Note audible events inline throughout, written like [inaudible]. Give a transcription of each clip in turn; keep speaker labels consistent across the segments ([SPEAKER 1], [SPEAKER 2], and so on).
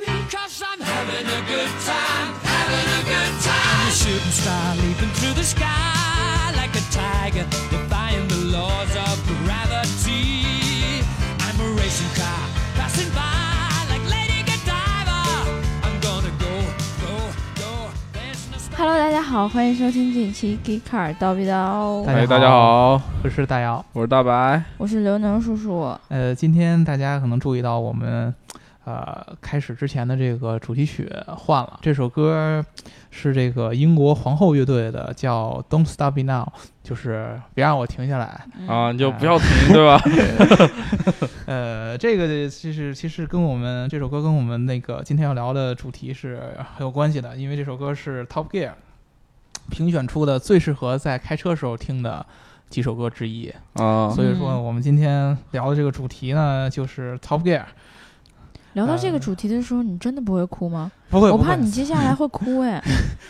[SPEAKER 1] Yes, I'm having a good time, having a good time. I'm a shooting star leaping through the sky like a tiger, defying the laws of gravity. I'm a racing car passing by like Lady Godiva. I'm gonna go, go, go. There's no stopping.
[SPEAKER 2] Hello，大家好，欢迎收听这一期《Geek Car 叨逼叨》，
[SPEAKER 3] 哎，
[SPEAKER 4] 大
[SPEAKER 3] 大
[SPEAKER 4] 家
[SPEAKER 3] 家好，
[SPEAKER 4] 我是大姚。
[SPEAKER 3] 我是大白。
[SPEAKER 2] 我是刘能叔叔。
[SPEAKER 4] 呃，今天大家可能注意到我们，呃，开始之前的这个主题曲换了。这首歌是这个英国皇后乐队的，叫《Don't Stop Me Now》，就是别让我停下来。
[SPEAKER 2] 嗯
[SPEAKER 3] 啊，你就不要停，对 [laughs] 吧？
[SPEAKER 4] 呃，这个其实其实跟我们这首歌跟我们那个今天要聊的主题是很有关系的，因为这首歌是 Top Gear 评选出的最适合在开车时候听的几首歌之一。
[SPEAKER 3] 啊，
[SPEAKER 4] 所以说，
[SPEAKER 2] 嗯
[SPEAKER 4] 我们今天聊的这个主题呢，就是 Top Gear。
[SPEAKER 2] 聊到这个主题的时候，你真的不会哭吗？
[SPEAKER 4] 不会，
[SPEAKER 2] 我
[SPEAKER 4] 不
[SPEAKER 2] 怕
[SPEAKER 4] 会
[SPEAKER 2] 你接下来会哭
[SPEAKER 4] [laughs]
[SPEAKER 2] 哎。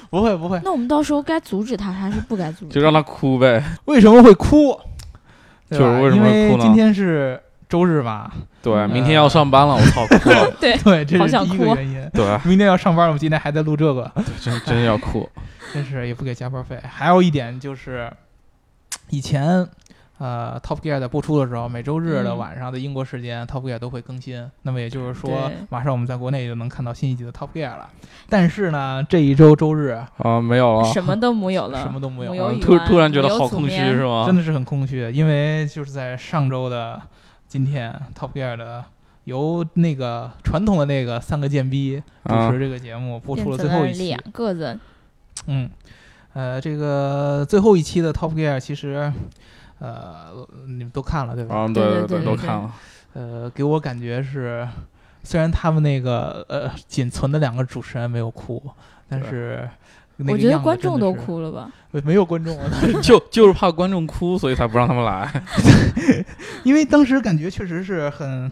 [SPEAKER 4] 不会不会。
[SPEAKER 2] 那我们到时候该阻止他还是不该阻止？
[SPEAKER 3] 就让他哭呗。
[SPEAKER 4] 为什么会哭？对吧
[SPEAKER 3] 就是为什么会哭呢
[SPEAKER 4] 因为今天是周日嘛，
[SPEAKER 3] 对，
[SPEAKER 4] 嗯
[SPEAKER 3] 明天要上班了，我 [laughs] 操，哭了。
[SPEAKER 2] 对，
[SPEAKER 4] 对，这
[SPEAKER 2] 好
[SPEAKER 4] 是
[SPEAKER 2] 想
[SPEAKER 4] 第一
[SPEAKER 2] 哭
[SPEAKER 4] 个原因。
[SPEAKER 3] 对，啊
[SPEAKER 4] 明天要上班了，我们今天还在录这个，
[SPEAKER 3] 真真要哭。
[SPEAKER 4] 真是也不给加班费。还有一点就是，以前呃 Top Gear 在播出的时候，每周日的
[SPEAKER 2] 嗯
[SPEAKER 4] 晚上的英国时间、Top Gear 都会更新。那么也就是说
[SPEAKER 2] 对，
[SPEAKER 4] 马上我们在国内就能看到新一季的 Top Gear 了。但是呢，这一周周日
[SPEAKER 3] 啊，没有啊，
[SPEAKER 2] 什么都没有了，
[SPEAKER 4] 什么都没有
[SPEAKER 2] 没
[SPEAKER 4] 啊
[SPEAKER 2] 有语
[SPEAKER 3] 突
[SPEAKER 2] 言
[SPEAKER 3] 突然觉得
[SPEAKER 2] 没有
[SPEAKER 3] 好
[SPEAKER 2] 组
[SPEAKER 3] 空虚，
[SPEAKER 2] 面
[SPEAKER 3] 是吗
[SPEAKER 4] 真？的是很空虚，因为就是在上周的今天，Top Gear 的由那个传统的那个三个贱逼主
[SPEAKER 3] 啊
[SPEAKER 4] 持，这个节目播
[SPEAKER 2] 变
[SPEAKER 4] 出了
[SPEAKER 2] 成
[SPEAKER 4] 最后
[SPEAKER 2] 了
[SPEAKER 4] 一期
[SPEAKER 2] 两，个人。
[SPEAKER 4] 嗯，呃，这个最后一期的 Top Gear 其实，呃，你们都看了对吧？
[SPEAKER 3] 啊，
[SPEAKER 2] 对对
[SPEAKER 3] 对
[SPEAKER 2] 对对
[SPEAKER 3] 都看了。
[SPEAKER 4] 呃，给我感觉是，虽然他们那个呃仅存的两个主持人没有哭，但
[SPEAKER 3] 对
[SPEAKER 4] 是那个
[SPEAKER 2] 我觉得
[SPEAKER 4] 样子
[SPEAKER 2] 观
[SPEAKER 4] 真
[SPEAKER 2] 众
[SPEAKER 4] 的
[SPEAKER 2] 都
[SPEAKER 4] 是，
[SPEAKER 2] 哭了吧？
[SPEAKER 4] 没有观众啊，
[SPEAKER 3] [laughs] 就就是怕观众哭，所以才不让他们来。
[SPEAKER 4] 因为当时感觉确实是很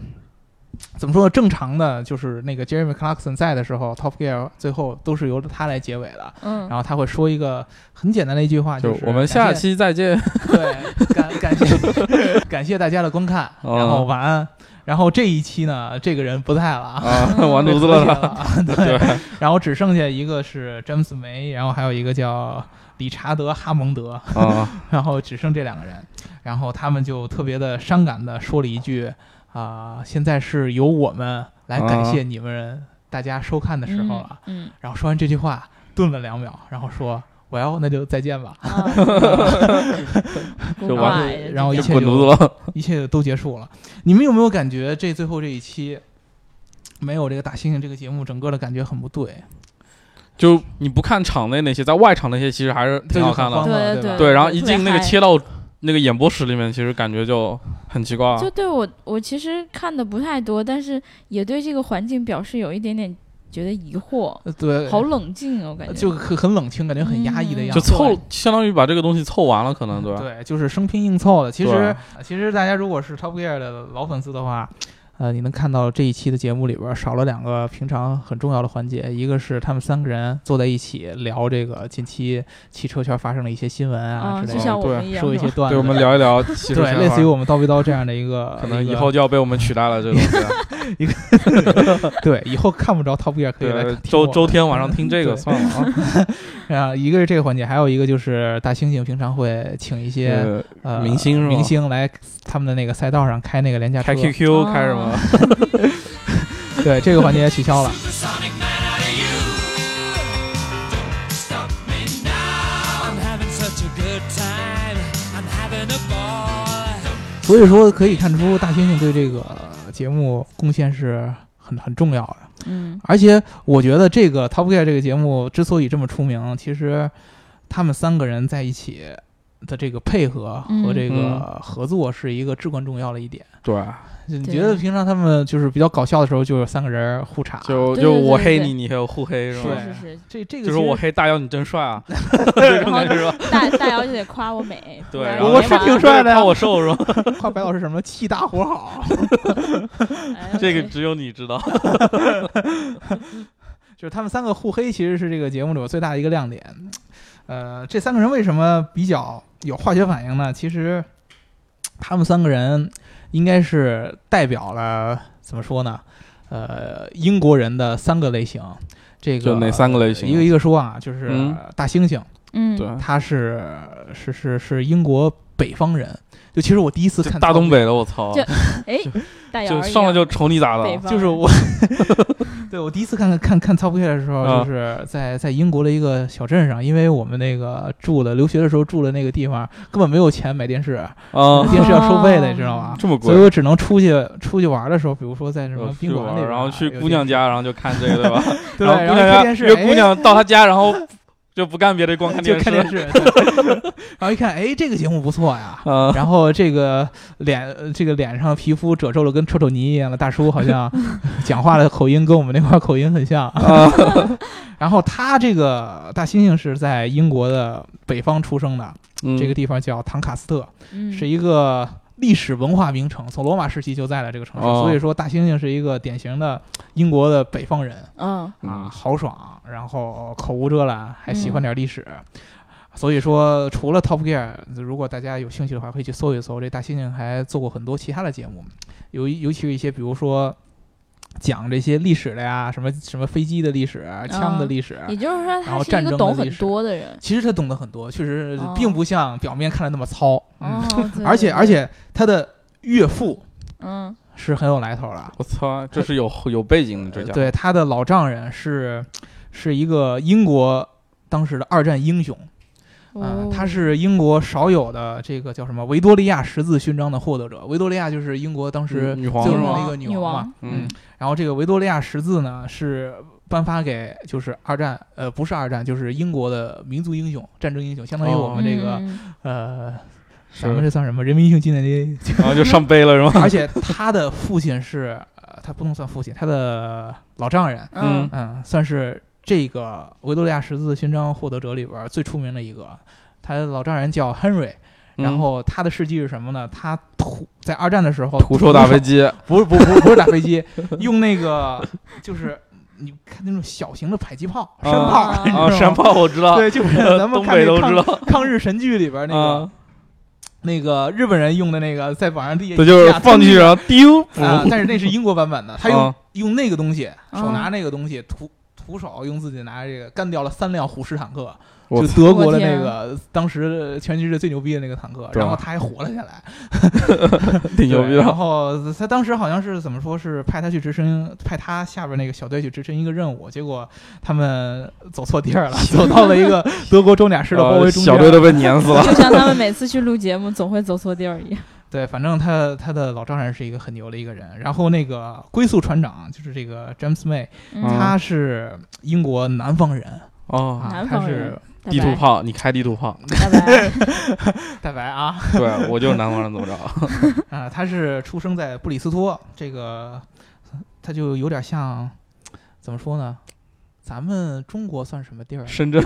[SPEAKER 4] 怎么说呢正常的，就是那个 Jeremy Clarkson 在的时候，Top Gear 最后都是由他来结尾的，
[SPEAKER 2] 嗯
[SPEAKER 4] 然，后他会说一个很简单的一句话，
[SPEAKER 3] 就是我们下
[SPEAKER 4] 感谢
[SPEAKER 3] 期再
[SPEAKER 2] [laughs]
[SPEAKER 3] 见。
[SPEAKER 4] 对感感谢 [laughs] 感谢大家的观看，
[SPEAKER 3] 哦
[SPEAKER 4] 然后晚安。然后这一期呢，这个人不在了啊。
[SPEAKER 3] 啊，完犊子
[SPEAKER 4] 被和
[SPEAKER 3] 了
[SPEAKER 4] 谐了，
[SPEAKER 3] 呢。[laughs]
[SPEAKER 4] 对，然后只剩下一个是詹姆斯梅，然后还有一个叫理查德哈蒙德，
[SPEAKER 2] 嗯
[SPEAKER 3] 啊，
[SPEAKER 4] 然后只剩这两个人，然后他们就特别的伤感的说了一句啊、现在是由我们来感
[SPEAKER 3] 啊
[SPEAKER 4] 谢你们、大家收看的时候啊了。
[SPEAKER 2] 嗯，
[SPEAKER 4] 然后说完这句话，顿了两秒，然后说。我要那就再见吧，
[SPEAKER 2] 嗯，啊
[SPEAKER 4] [laughs]
[SPEAKER 3] 就完
[SPEAKER 2] [laughs] Goodbye，
[SPEAKER 4] 然后
[SPEAKER 2] 这
[SPEAKER 4] 一
[SPEAKER 3] 就
[SPEAKER 2] 种
[SPEAKER 4] 切
[SPEAKER 3] 滚犊子了。
[SPEAKER 4] 一切都结束了。你们有没有感觉这最后这一期没有这个大猩猩这个节目，整个的感觉很不对？
[SPEAKER 3] 就你不看场内那些，在外场那些其实还是挺好看
[SPEAKER 4] 这就很
[SPEAKER 3] 的。
[SPEAKER 4] 慌了
[SPEAKER 2] 对
[SPEAKER 4] 对吧
[SPEAKER 3] 对，然后一进那个
[SPEAKER 2] 切。
[SPEAKER 3] 切到那个演播室里面，其实感觉就很奇怪啊。
[SPEAKER 2] 就对我，我其实看的不太多，但是也对这个环境表示有一点点觉得疑惑，
[SPEAKER 4] 呃对，
[SPEAKER 2] 好冷静啊，我感觉。
[SPEAKER 4] 就很很冷清，感觉很压抑的
[SPEAKER 2] 嗯
[SPEAKER 4] 样
[SPEAKER 3] 就
[SPEAKER 4] 子。
[SPEAKER 3] 凑，相当于把这个东西凑完了，可能对吧？
[SPEAKER 4] 嗯对，就是生拼硬凑的。其
[SPEAKER 3] 对
[SPEAKER 4] 实
[SPEAKER 3] 啊，
[SPEAKER 4] 其实大家如果是 Top Gear 的老粉丝的话，呃，你能看到这一期的节目里边儿少了两个平常很重要的环节，一个是他们三个人坐在一起聊这个近期汽车圈发生的一些新闻啊
[SPEAKER 2] 啊，
[SPEAKER 4] 之
[SPEAKER 2] 就
[SPEAKER 4] 类
[SPEAKER 2] 像
[SPEAKER 4] 的，
[SPEAKER 2] 我们
[SPEAKER 3] 对
[SPEAKER 2] 一样，
[SPEAKER 4] 说一
[SPEAKER 2] 是
[SPEAKER 4] 些
[SPEAKER 2] 吧
[SPEAKER 4] 段子。
[SPEAKER 3] 对，我们聊
[SPEAKER 4] [laughs]
[SPEAKER 3] 一聊汽车
[SPEAKER 4] 对，
[SPEAKER 3] 相
[SPEAKER 4] 类
[SPEAKER 3] 关
[SPEAKER 4] 似于我们叨逼叨这样的一个，
[SPEAKER 3] [laughs] 可能
[SPEAKER 4] 一个
[SPEAKER 3] 以后就要被我们取代了这
[SPEAKER 4] [laughs]
[SPEAKER 3] 个东西。
[SPEAKER 4] 对以后看不着 Top Gear 可以来
[SPEAKER 3] 对，
[SPEAKER 4] 听
[SPEAKER 3] 周
[SPEAKER 4] 我
[SPEAKER 3] 周天晚上听这个
[SPEAKER 4] [laughs] 对
[SPEAKER 3] 算了啊。
[SPEAKER 4] 啊，一个是这个环节，还有一个就是大猩猩平常会请一些
[SPEAKER 3] 呃
[SPEAKER 4] 呃
[SPEAKER 3] 明星是吗
[SPEAKER 4] 明星来他们的那个赛道上开那个廉价车
[SPEAKER 3] 开，QQ
[SPEAKER 2] 啊
[SPEAKER 3] 开什么？
[SPEAKER 4] [laughs] 对这个环节取消了。
[SPEAKER 1] Supersonic man out of you. Don't stop me now. I'm having such a good time. I'm having a ball.
[SPEAKER 4] 所以说可以看出大猩猩对这个节目贡献是很很重要的。
[SPEAKER 2] 嗯，
[SPEAKER 4] 而且我觉得这个 Top Gear 这个节目之所以这么出名，其实他们三个人在一起的这个配合和这
[SPEAKER 3] 嗯
[SPEAKER 4] 个合作是一个至关重要的一点。
[SPEAKER 2] [laughs]
[SPEAKER 3] 对，
[SPEAKER 4] 你觉得平常他们就是比较搞笑的时候，就是三个人互查，
[SPEAKER 3] 就
[SPEAKER 2] 对
[SPEAKER 3] 就
[SPEAKER 2] 对对
[SPEAKER 3] 我
[SPEAKER 2] 对
[SPEAKER 3] 黑
[SPEAKER 2] 对
[SPEAKER 3] 你，你还有互黑是
[SPEAKER 4] 对
[SPEAKER 3] 吗？
[SPEAKER 2] 是是
[SPEAKER 4] 这这个
[SPEAKER 3] 就是
[SPEAKER 4] 其实
[SPEAKER 3] 我黑大姚，你真帅
[SPEAKER 2] [laughs]
[SPEAKER 3] 啊！
[SPEAKER 2] 是，然后 [laughs] 大大姚就得夸我美，
[SPEAKER 3] 对
[SPEAKER 2] 不然
[SPEAKER 3] 然后
[SPEAKER 2] 没
[SPEAKER 4] 我是
[SPEAKER 2] 法
[SPEAKER 4] 挺帅的呀
[SPEAKER 3] 夸我瘦是吧？
[SPEAKER 2] [laughs]
[SPEAKER 4] 夸白老师什么气大活好，
[SPEAKER 2] 哎呦
[SPEAKER 3] 这个
[SPEAKER 2] 对
[SPEAKER 3] 只有你知道。
[SPEAKER 4] 就是他们三个互黑，其实是这个节目里边最大的一个亮点。呃，这三个人为什么比较有化学反应呢？其实他们三个人应该是代表了怎么说呢？呃英国人的三个类型。这个
[SPEAKER 3] 就哪三个类型
[SPEAKER 4] 一个一个说啊，就是
[SPEAKER 3] 嗯
[SPEAKER 4] 大猩猩，
[SPEAKER 2] 嗯，
[SPEAKER 3] 对，
[SPEAKER 4] 他是是是是英国北方人。就其实我第一次
[SPEAKER 3] 就
[SPEAKER 4] 看
[SPEAKER 3] 大东
[SPEAKER 4] 北。
[SPEAKER 3] 北的，我操，
[SPEAKER 2] 就哎，大姚
[SPEAKER 3] 就
[SPEAKER 2] 儿一
[SPEAKER 3] 上来
[SPEAKER 2] 样
[SPEAKER 3] 就瞅你咋啊
[SPEAKER 2] 北
[SPEAKER 3] 的，
[SPEAKER 2] 方
[SPEAKER 4] 就是
[SPEAKER 2] 人
[SPEAKER 3] [laughs]
[SPEAKER 4] 我，对我第一次看看看 Top Gear 的时候，
[SPEAKER 3] 啊
[SPEAKER 4] 就是在在英国的一个小镇上，因为我们那个住的留学的时候住的那个地方根本没有钱买电视，
[SPEAKER 3] 啊，
[SPEAKER 4] 电视要收费的，你知
[SPEAKER 2] 哦
[SPEAKER 4] 道吗？
[SPEAKER 3] 这么
[SPEAKER 4] 所以
[SPEAKER 3] 贵。
[SPEAKER 4] 我只能出去出去玩的时候，比如说在什么
[SPEAKER 3] 我
[SPEAKER 4] 宾
[SPEAKER 3] 去
[SPEAKER 4] 馆里
[SPEAKER 3] 玩，
[SPEAKER 4] 边，啊
[SPEAKER 3] 然后去
[SPEAKER 4] 有
[SPEAKER 3] 姑娘
[SPEAKER 4] 电
[SPEAKER 3] 家，然后就看这个，对吧？
[SPEAKER 4] 视，对，
[SPEAKER 3] 然后
[SPEAKER 4] 然后一开电
[SPEAKER 3] 姑娘家
[SPEAKER 4] 视，
[SPEAKER 3] 约
[SPEAKER 4] 哎
[SPEAKER 3] 姑娘到她家，然后就不干别的，光看
[SPEAKER 4] 就
[SPEAKER 3] 电
[SPEAKER 4] 看电
[SPEAKER 3] 视。
[SPEAKER 4] 视，对然后一看，哎，这个节目不错
[SPEAKER 3] [laughs]
[SPEAKER 4] 呀，
[SPEAKER 3] 啊，
[SPEAKER 4] 然后这个脸，呃这个脸上皮肤褶皱的跟臭臭泥一样的大叔，好像讲话的口音跟我们那块儿口音很
[SPEAKER 3] [laughs]
[SPEAKER 4] 像。
[SPEAKER 3] 嗯
[SPEAKER 4] 然后他这个大猩猩是在英国的北方出生的，
[SPEAKER 3] 嗯
[SPEAKER 4] 这个地方叫唐卡斯特，
[SPEAKER 2] 嗯
[SPEAKER 4] 是一个历史文化名城，从罗马时期就在了这个城市，
[SPEAKER 3] 哦
[SPEAKER 4] 所以说大猩猩是一个典型的英国的北方人。
[SPEAKER 2] 嗯
[SPEAKER 4] 啊，
[SPEAKER 3] 嗯
[SPEAKER 4] 豪爽，然后口无遮拦，还喜
[SPEAKER 2] 嗯
[SPEAKER 4] 欢点历史。所以说，除了 Top Gear，如果大家有兴趣的话，可以去搜一搜。这大猩猩还做过很多其他的节目，尤尤其是一些，比如说讲这些历史的呀，什么什么飞机的历史、啊枪的历史。
[SPEAKER 2] 也就是说
[SPEAKER 4] 然
[SPEAKER 2] 他
[SPEAKER 4] 后
[SPEAKER 2] 是
[SPEAKER 4] 战
[SPEAKER 2] 一个
[SPEAKER 4] 争
[SPEAKER 2] 懂
[SPEAKER 4] 的历
[SPEAKER 2] 很
[SPEAKER 4] 史
[SPEAKER 2] 多的嗯人。
[SPEAKER 4] 其实他懂得很多，确实
[SPEAKER 2] 哦
[SPEAKER 4] 并不像表面看的那么糙。
[SPEAKER 2] 哦
[SPEAKER 4] 嗯，，
[SPEAKER 2] 对
[SPEAKER 4] 而且
[SPEAKER 2] 对
[SPEAKER 4] 而
[SPEAKER 2] 对
[SPEAKER 4] 且他的岳父
[SPEAKER 2] 嗯
[SPEAKER 4] 是很有来头的，
[SPEAKER 3] 我操， [laughs] 这是有有背景的，这叫
[SPEAKER 4] 呃对，他的老丈人是是一个英国当时的二战英雄。啊
[SPEAKER 2] 哦，
[SPEAKER 4] 他是英国少有的这个叫什么维多利亚十字勋章的获得者。维多利亚就是英国当时
[SPEAKER 3] 女女皇
[SPEAKER 4] 最
[SPEAKER 3] 是
[SPEAKER 4] 荣
[SPEAKER 3] 吗
[SPEAKER 4] 的一个
[SPEAKER 2] 女
[SPEAKER 4] 王
[SPEAKER 2] 王
[SPEAKER 4] 嘛，
[SPEAKER 3] 嗯
[SPEAKER 4] 嗯。然后这个维多利亚十字呢是颁发给就是二战呃不是二战就是英国的民族英雄、战争英雄，相当于我们这个、
[SPEAKER 2] 嗯
[SPEAKER 4] 呃
[SPEAKER 3] 是
[SPEAKER 4] 咱们这算什么人民英雄纪念日？
[SPEAKER 3] 然后就上杯了是 [laughs] 吗？
[SPEAKER 4] 而且他的父亲是呃他不能算父亲，他的老丈人
[SPEAKER 2] 嗯
[SPEAKER 3] 嗯
[SPEAKER 4] 嗯，算是这个维多利亚十字勋章获得者里边儿最出名的一个。他的老丈人叫 Henry，然
[SPEAKER 3] 嗯
[SPEAKER 4] 后他的事迹是什么呢？他屠在二战的时候
[SPEAKER 3] 徒手打飞，机，
[SPEAKER 4] 不是不不不是打飞
[SPEAKER 3] [laughs]
[SPEAKER 4] 机，用那个就是你看那种小型的迫击炮、 [laughs] 山炮，
[SPEAKER 2] 啊
[SPEAKER 4] 你知道
[SPEAKER 3] 啊，
[SPEAKER 4] 吗
[SPEAKER 3] 山，炮我知道，
[SPEAKER 4] 对，就是咱们
[SPEAKER 3] 东
[SPEAKER 4] 看
[SPEAKER 3] 北
[SPEAKER 4] 那
[SPEAKER 3] 都知
[SPEAKER 4] 抗
[SPEAKER 3] 道
[SPEAKER 4] 抗日神剧里边那个
[SPEAKER 3] 啊，
[SPEAKER 4] 那个日本人用的那个，在网上地
[SPEAKER 3] 这就是放进去然后丢，嗯
[SPEAKER 4] 啊，但是那是英国版本的，他用
[SPEAKER 3] 啊
[SPEAKER 4] 用那个东西，手拿那个东西徒徒手用自己拿这个干掉了三辆虎式坦克，
[SPEAKER 3] 我
[SPEAKER 4] 就
[SPEAKER 3] 操
[SPEAKER 4] 德国的那
[SPEAKER 2] 天
[SPEAKER 4] 个当时全世界最牛逼的那个坦克，
[SPEAKER 3] 是吧
[SPEAKER 4] 然后他还活了下来，
[SPEAKER 3] 挺牛逼
[SPEAKER 4] 对然
[SPEAKER 3] 的，
[SPEAKER 4] 后他当时好像是怎么说是派他去执行，派他下边那个小队去执行一个任务，结果他们走错地儿
[SPEAKER 3] [laughs]
[SPEAKER 4] 了，走到了一个德国装甲师的包
[SPEAKER 3] 呃
[SPEAKER 4] 围中间。
[SPEAKER 3] 小队都被碾
[SPEAKER 4] [laughs]
[SPEAKER 3] 死了，
[SPEAKER 2] [laughs] 就像他们每次去录节目总会走错地儿一样。
[SPEAKER 4] 对，反正他他的老丈人是一个很牛的一个人，然后那个龟速船长就是这个 James May，
[SPEAKER 2] 嗯
[SPEAKER 3] 啊
[SPEAKER 4] 他是英国南方人
[SPEAKER 3] 哦，
[SPEAKER 4] 啊
[SPEAKER 2] 南，
[SPEAKER 4] 他
[SPEAKER 2] 方人
[SPEAKER 4] 是
[SPEAKER 2] 拜
[SPEAKER 3] 地图
[SPEAKER 2] 拜
[SPEAKER 3] 炮，你开地
[SPEAKER 4] [laughs]
[SPEAKER 3] 图炮，
[SPEAKER 2] 拜拜。
[SPEAKER 4] 大白啊
[SPEAKER 3] 对我就是南方人，怎么着？
[SPEAKER 4] [laughs] 啊，他是出生在布里斯托，这个他就有点像怎么说呢？咱们中国算什么地儿啊？
[SPEAKER 3] 深圳，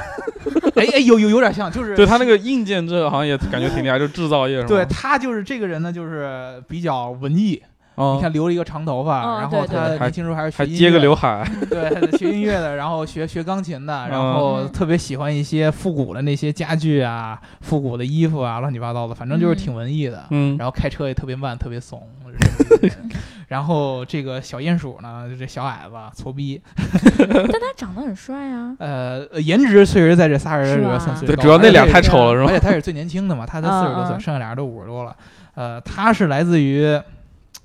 [SPEAKER 4] 哎哎，有有有点像，就是
[SPEAKER 3] 对他那个硬件这个好像也感觉挺厉害，就制造业是吗？
[SPEAKER 4] 对他就是这个人呢，就是比较文艺。
[SPEAKER 3] 哦
[SPEAKER 4] 你看留了一个长头发，
[SPEAKER 2] 哦
[SPEAKER 4] 然后
[SPEAKER 2] 对对
[SPEAKER 4] 他
[SPEAKER 3] 对
[SPEAKER 4] 年轻时候还是学
[SPEAKER 3] 还
[SPEAKER 4] 音乐
[SPEAKER 3] 接个
[SPEAKER 4] [laughs]
[SPEAKER 3] 刘海，
[SPEAKER 4] 对，他是学音乐的，然后学学钢琴的，然后
[SPEAKER 2] 嗯
[SPEAKER 4] 特别喜欢一些复古的那些家具啊、复古的衣服啊，乱七八糟的，反正就是挺文艺的。
[SPEAKER 3] 嗯，
[SPEAKER 4] 然后开车也特别慢，特别怂。是这么一个
[SPEAKER 3] [laughs]
[SPEAKER 4] 人然后这个小鼹鼠呢，就这小矮子矬逼，
[SPEAKER 2] [laughs] 但他长得很帅啊。
[SPEAKER 4] 呃，呃颜值确实在这仨人里边算
[SPEAKER 2] 是吧
[SPEAKER 4] 最
[SPEAKER 3] 哎对，
[SPEAKER 4] 高
[SPEAKER 3] 主要
[SPEAKER 4] 而
[SPEAKER 3] 那俩
[SPEAKER 4] 且
[SPEAKER 3] 太丑了是
[SPEAKER 4] 而
[SPEAKER 3] 吗？
[SPEAKER 4] 且他也是最年轻的嘛，他才
[SPEAKER 2] 嗯
[SPEAKER 4] 四十多岁，
[SPEAKER 2] 嗯
[SPEAKER 4] 剩下俩人都五十多了。呃，他是来自于，